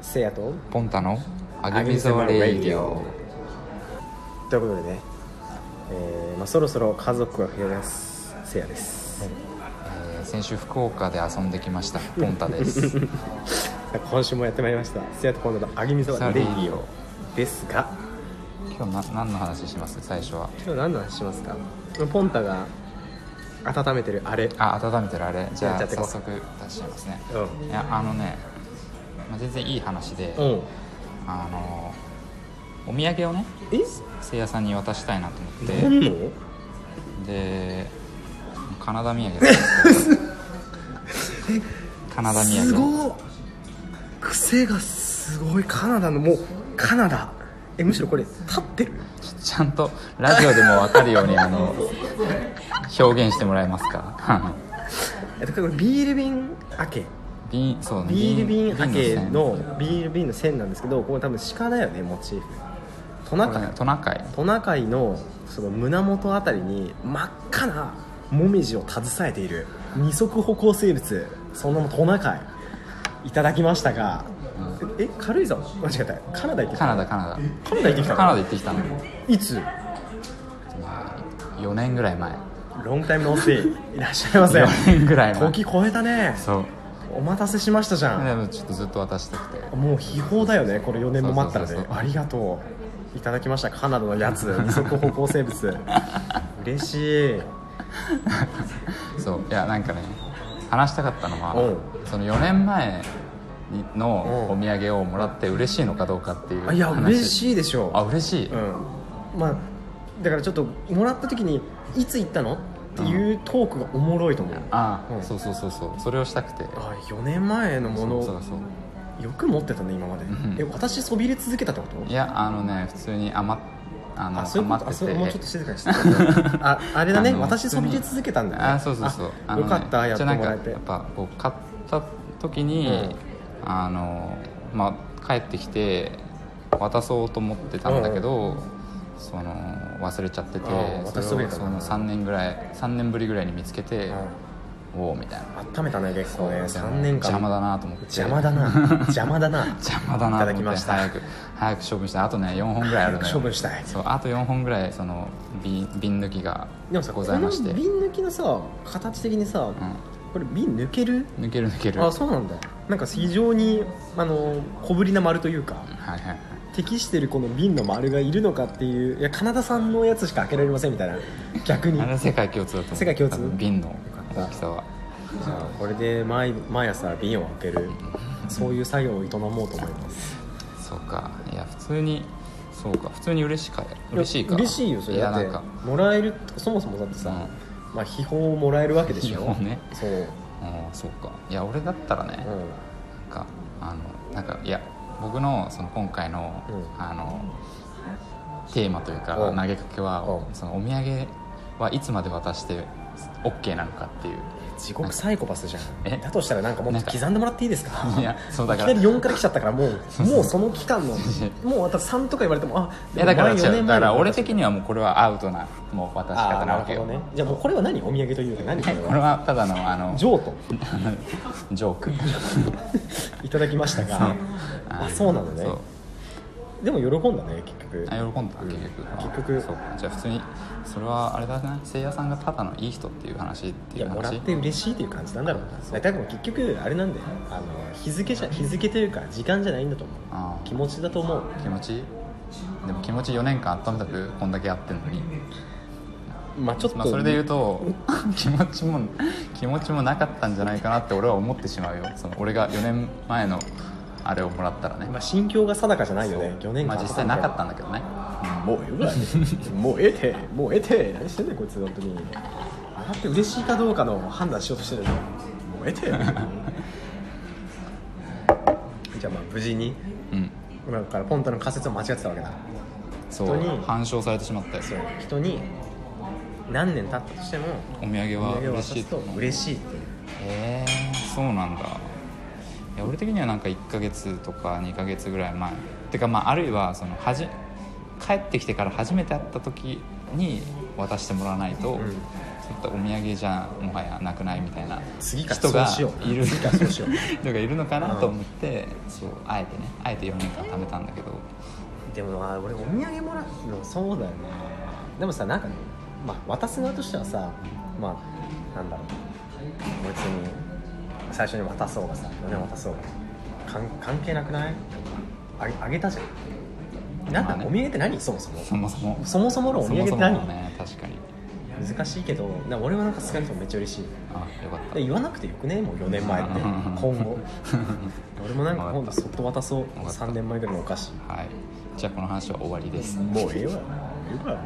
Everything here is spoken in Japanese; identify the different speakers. Speaker 1: せいやと
Speaker 2: ポンタのあげみぞレイディオ
Speaker 1: ということでね、えーまあ、そろそろ家族が増えますせいやです
Speaker 2: えー先週福岡で遊んできま したポンタです
Speaker 1: 今週もやってまいりましたせいやとポンタのあげみぞレイディオですが
Speaker 2: 今日な何の話します最初は
Speaker 1: 今日何の話しますかポンタが温めてるあれ
Speaker 2: あ温めてるあれじゃ
Speaker 1: やっちゃ
Speaker 2: あ
Speaker 1: ってこう
Speaker 2: 早速出しちゃいますね
Speaker 1: う
Speaker 2: いやあのね、まあ、全然いい話で、
Speaker 1: んうん
Speaker 2: あのお土産をね
Speaker 1: え
Speaker 2: せいやさんに渡したいなと思
Speaker 1: な
Speaker 2: っ
Speaker 1: んの
Speaker 2: てでカナダ土産なんですけ どカナダ土
Speaker 1: す
Speaker 2: 産
Speaker 1: ごっ癖がすごいカナダのもうカナダえむしろこれ立ってる
Speaker 2: ちゃんとラジオでも分かるようにあの表現してもらえますか あの
Speaker 1: えっとこれビール瓶開け
Speaker 2: 瓶そうね
Speaker 1: ビール瓶開け
Speaker 2: 瓶
Speaker 1: の
Speaker 2: 線
Speaker 1: ビール瓶の線なんですけどこれ多分鹿だよねモチーフトナ
Speaker 2: これ
Speaker 1: カイ
Speaker 2: ねトナカイ
Speaker 1: トナカイのその胸元あたりに真っ赤なモミジを携えている二足歩行生物その名もトナカイいただきましたが、え軽井沢間違えたカナダ行ってき
Speaker 2: カ
Speaker 1: た
Speaker 2: ナダカナ
Speaker 1: カナダ行ってき
Speaker 2: ダ
Speaker 1: た
Speaker 2: カナダ行ってきたの
Speaker 1: いつ
Speaker 2: 4年ぐらい前
Speaker 1: ロングタイムのおせいいらっしゃいませ
Speaker 2: 4年ぐらい前
Speaker 1: 時超えたね
Speaker 2: そう
Speaker 1: お待たせしましたじゃん
Speaker 2: でもちょっとずっと渡したくて
Speaker 1: もう秘宝だよねこれ4年も待ったら
Speaker 2: そう
Speaker 1: ね
Speaker 2: そうそうそう
Speaker 1: ありがとういただきましたカナダのやつ二足歩行生物 嬉しい
Speaker 2: そういやなんかね話したかったのは
Speaker 1: おう
Speaker 2: その4年前にの
Speaker 1: お
Speaker 2: お
Speaker 1: う
Speaker 2: 土産をもらって嬉しいのかどうかっていう
Speaker 1: あ
Speaker 2: 話
Speaker 1: いや嬉しいでしょ
Speaker 2: あ嬉しい、
Speaker 1: うんまあだからちょっともらった時にいつ行ったのっていうトークがおもろいと思う
Speaker 2: あ、
Speaker 1: うん
Speaker 2: そうそうそうそうそれをしたくて
Speaker 1: あ4年前のもの
Speaker 2: そうそうそう
Speaker 1: よく持ってたね今まで
Speaker 2: ん
Speaker 1: え私そびれ続けたってこと
Speaker 2: いやあのね普通に余っあの
Speaker 1: あそういうことあ
Speaker 2: 余って
Speaker 1: そう
Speaker 2: て
Speaker 1: もうちょっと静かにして ああれだね
Speaker 2: あの
Speaker 1: 私
Speaker 2: 普通
Speaker 1: そ
Speaker 2: に
Speaker 1: びれ続けたんだね
Speaker 2: あそうそうそう
Speaker 1: あ
Speaker 2: あの
Speaker 1: よ
Speaker 2: ね
Speaker 1: かったやって
Speaker 2: じ
Speaker 1: も
Speaker 2: ゃあなん
Speaker 1: らえ
Speaker 2: か
Speaker 1: て
Speaker 2: やっぱこう買った時に、あのまあ帰ってきて渡そうと思ってたんだけど、その忘れちゃってて
Speaker 1: うん渡し
Speaker 2: そ
Speaker 1: と
Speaker 2: れ
Speaker 1: け
Speaker 2: を
Speaker 1: た
Speaker 2: そ
Speaker 1: な
Speaker 2: の3年ぐらい3年ぶりぐらいに見つけて、おおみたいな
Speaker 1: 温めたね結構ね3年間
Speaker 2: 邪魔だなと思って
Speaker 1: 邪魔だ な邪魔だな
Speaker 2: 邪魔だなと思って
Speaker 1: いただきました
Speaker 2: 早く早く処分したいあとね4本ぐらいある のよ
Speaker 1: 処分したい
Speaker 2: そうあと4本ぐらいその瓶瓶抜きが
Speaker 1: でもさこ
Speaker 2: ござい
Speaker 1: の
Speaker 2: まして、
Speaker 1: 瓶
Speaker 2: うん、
Speaker 1: 抜きのさ形的にさこれ瓶抜ける
Speaker 2: 抜ける抜ける
Speaker 1: あそうなんだなんか非常にあの小ぶりな丸というか
Speaker 2: はいはいはい
Speaker 1: 適してるこの瓶の丸がいるのかっていういやカナダ産のやつしか開けられませんみたいな逆に
Speaker 2: あれは世界共通だと思う
Speaker 1: 世界共通
Speaker 2: 多分瓶の
Speaker 1: った
Speaker 2: 大きさは
Speaker 1: じゃあこれで毎毎朝瓶を開けるそういう作業を営もうと思います
Speaker 2: そうかいや普通にそうか普通に嬉しいか嬉しいか
Speaker 1: や嬉しいよそれ
Speaker 2: や
Speaker 1: だ
Speaker 2: な
Speaker 1: っ
Speaker 2: んか
Speaker 1: てもらえるそもそもだってさ、まあ秘宝をもらえるわけでしょ
Speaker 2: 秘宝ね
Speaker 1: そう、
Speaker 2: ああそうかいや俺だったらね、
Speaker 1: うん、
Speaker 2: なんかあのなんかいや僕のその今回の,、
Speaker 1: うん
Speaker 2: あのテーマというか
Speaker 1: うん
Speaker 2: 投げかけは、
Speaker 1: うん
Speaker 2: そのお土産はいつまで渡して OK なのかっていう
Speaker 1: 地獄サイコパスじゃ
Speaker 2: え
Speaker 1: んだとしたらなんかもっと刻んでもらっていいですか
Speaker 2: いやそうだ
Speaker 1: いき
Speaker 2: か
Speaker 1: な
Speaker 2: ら
Speaker 1: り4から来ちゃったからもうもうその期間 の
Speaker 2: う
Speaker 1: もう私3とか言われてもあ
Speaker 2: いやだから
Speaker 1: でも前
Speaker 2: 違
Speaker 1: 4
Speaker 2: う
Speaker 1: 年前
Speaker 2: だ
Speaker 1: の
Speaker 2: から俺的にはもうこれはアウトなもう渡し
Speaker 1: あ
Speaker 2: 方
Speaker 1: ー
Speaker 2: な
Speaker 1: なる
Speaker 2: わけ
Speaker 1: ほ
Speaker 2: よ、
Speaker 1: どねじゃあもうこれは何お土産というか何これ
Speaker 2: これ
Speaker 1: は
Speaker 2: はただのあのジョ
Speaker 1: 譲渡
Speaker 2: ーク
Speaker 1: いただきました があそうなのね
Speaker 2: そう
Speaker 1: でも喜んだね結局
Speaker 2: あ喜んだ
Speaker 1: うん
Speaker 2: 結局、
Speaker 1: 結局
Speaker 2: そうかじゃあ普通にそれはあれだなせいやさんがただのいい人っていう話って
Speaker 1: い
Speaker 2: い
Speaker 1: や
Speaker 2: う
Speaker 1: もらっ
Speaker 2: 話
Speaker 1: て嬉しいという感じなんだろうな多分結局あれなんだよあの日付じゃ日付というか時間じゃないんだと思
Speaker 2: あ
Speaker 1: う
Speaker 2: ー
Speaker 1: 気持ちだと思う
Speaker 2: 気持ちいいでも気持ち4年間温めたくこんだけやってんのに、
Speaker 1: まあちょっと、
Speaker 2: まあ、それで言うと 気持ちも気持ちもなかったんじゃないかなって俺は思ってしまうよその俺が4年前のあれをもらったらね、
Speaker 1: まあ、心境が定かじゃないよね4年間
Speaker 2: まあ、実際なかったんだけどね
Speaker 1: もうええわもうええてもうええて何してんねんこいつ本当にもらって嬉しいかどうかの判断しようとしてるのもうええ てじゃあまあ無事に
Speaker 2: うん
Speaker 1: 今からポンタの仮説を間違ってたわけだ
Speaker 2: そ
Speaker 1: 人
Speaker 2: う
Speaker 1: に
Speaker 2: 反証されてしまったよ
Speaker 1: そう人に何年経ったとしても
Speaker 2: お土産
Speaker 1: お
Speaker 2: は
Speaker 1: 土産を
Speaker 2: 嬉
Speaker 1: 渡
Speaker 2: しい
Speaker 1: す
Speaker 2: と
Speaker 1: と嬉しいっていう
Speaker 2: へえそうなんだいや俺的にはなんか1ヶ月とか2ヶ月ぐらい前てかまああるいはそのはじ帰ってきてから初めて会った時に渡してもらわないと、
Speaker 1: ん
Speaker 2: そそういったお土産じゃもはやなくないみたいな
Speaker 1: 次から
Speaker 2: 人が
Speaker 1: そうしよう
Speaker 2: いる
Speaker 1: 次からそうしよう
Speaker 2: 人がいる のかなと思って、そうあえてねあえて4年間貯めたんだけど
Speaker 1: でもな俺お土産もらうのそうだよねでもさなんか、まあ、渡す側としてはさまあなんだろう別に最初に渡そうがさ4年渡そうがかん関係なくないあげあげたじゃんなんだ、
Speaker 2: まあね
Speaker 1: お土産って何そもそも
Speaker 2: そもそも
Speaker 1: そもそものお土産って
Speaker 2: そも
Speaker 1: 何
Speaker 2: そもね確かに
Speaker 1: 難しいけどな俺はなんか少なくともめっちゃ嬉しい
Speaker 2: あよかった
Speaker 1: で言わなくてよくねもう4年前って
Speaker 2: うん
Speaker 1: 今 後俺もなんか今度そっと渡そう
Speaker 2: かった
Speaker 1: 3年前ぐらいのお菓子 é,
Speaker 2: はいじゃあこの話は終わりです
Speaker 1: もうええわええわ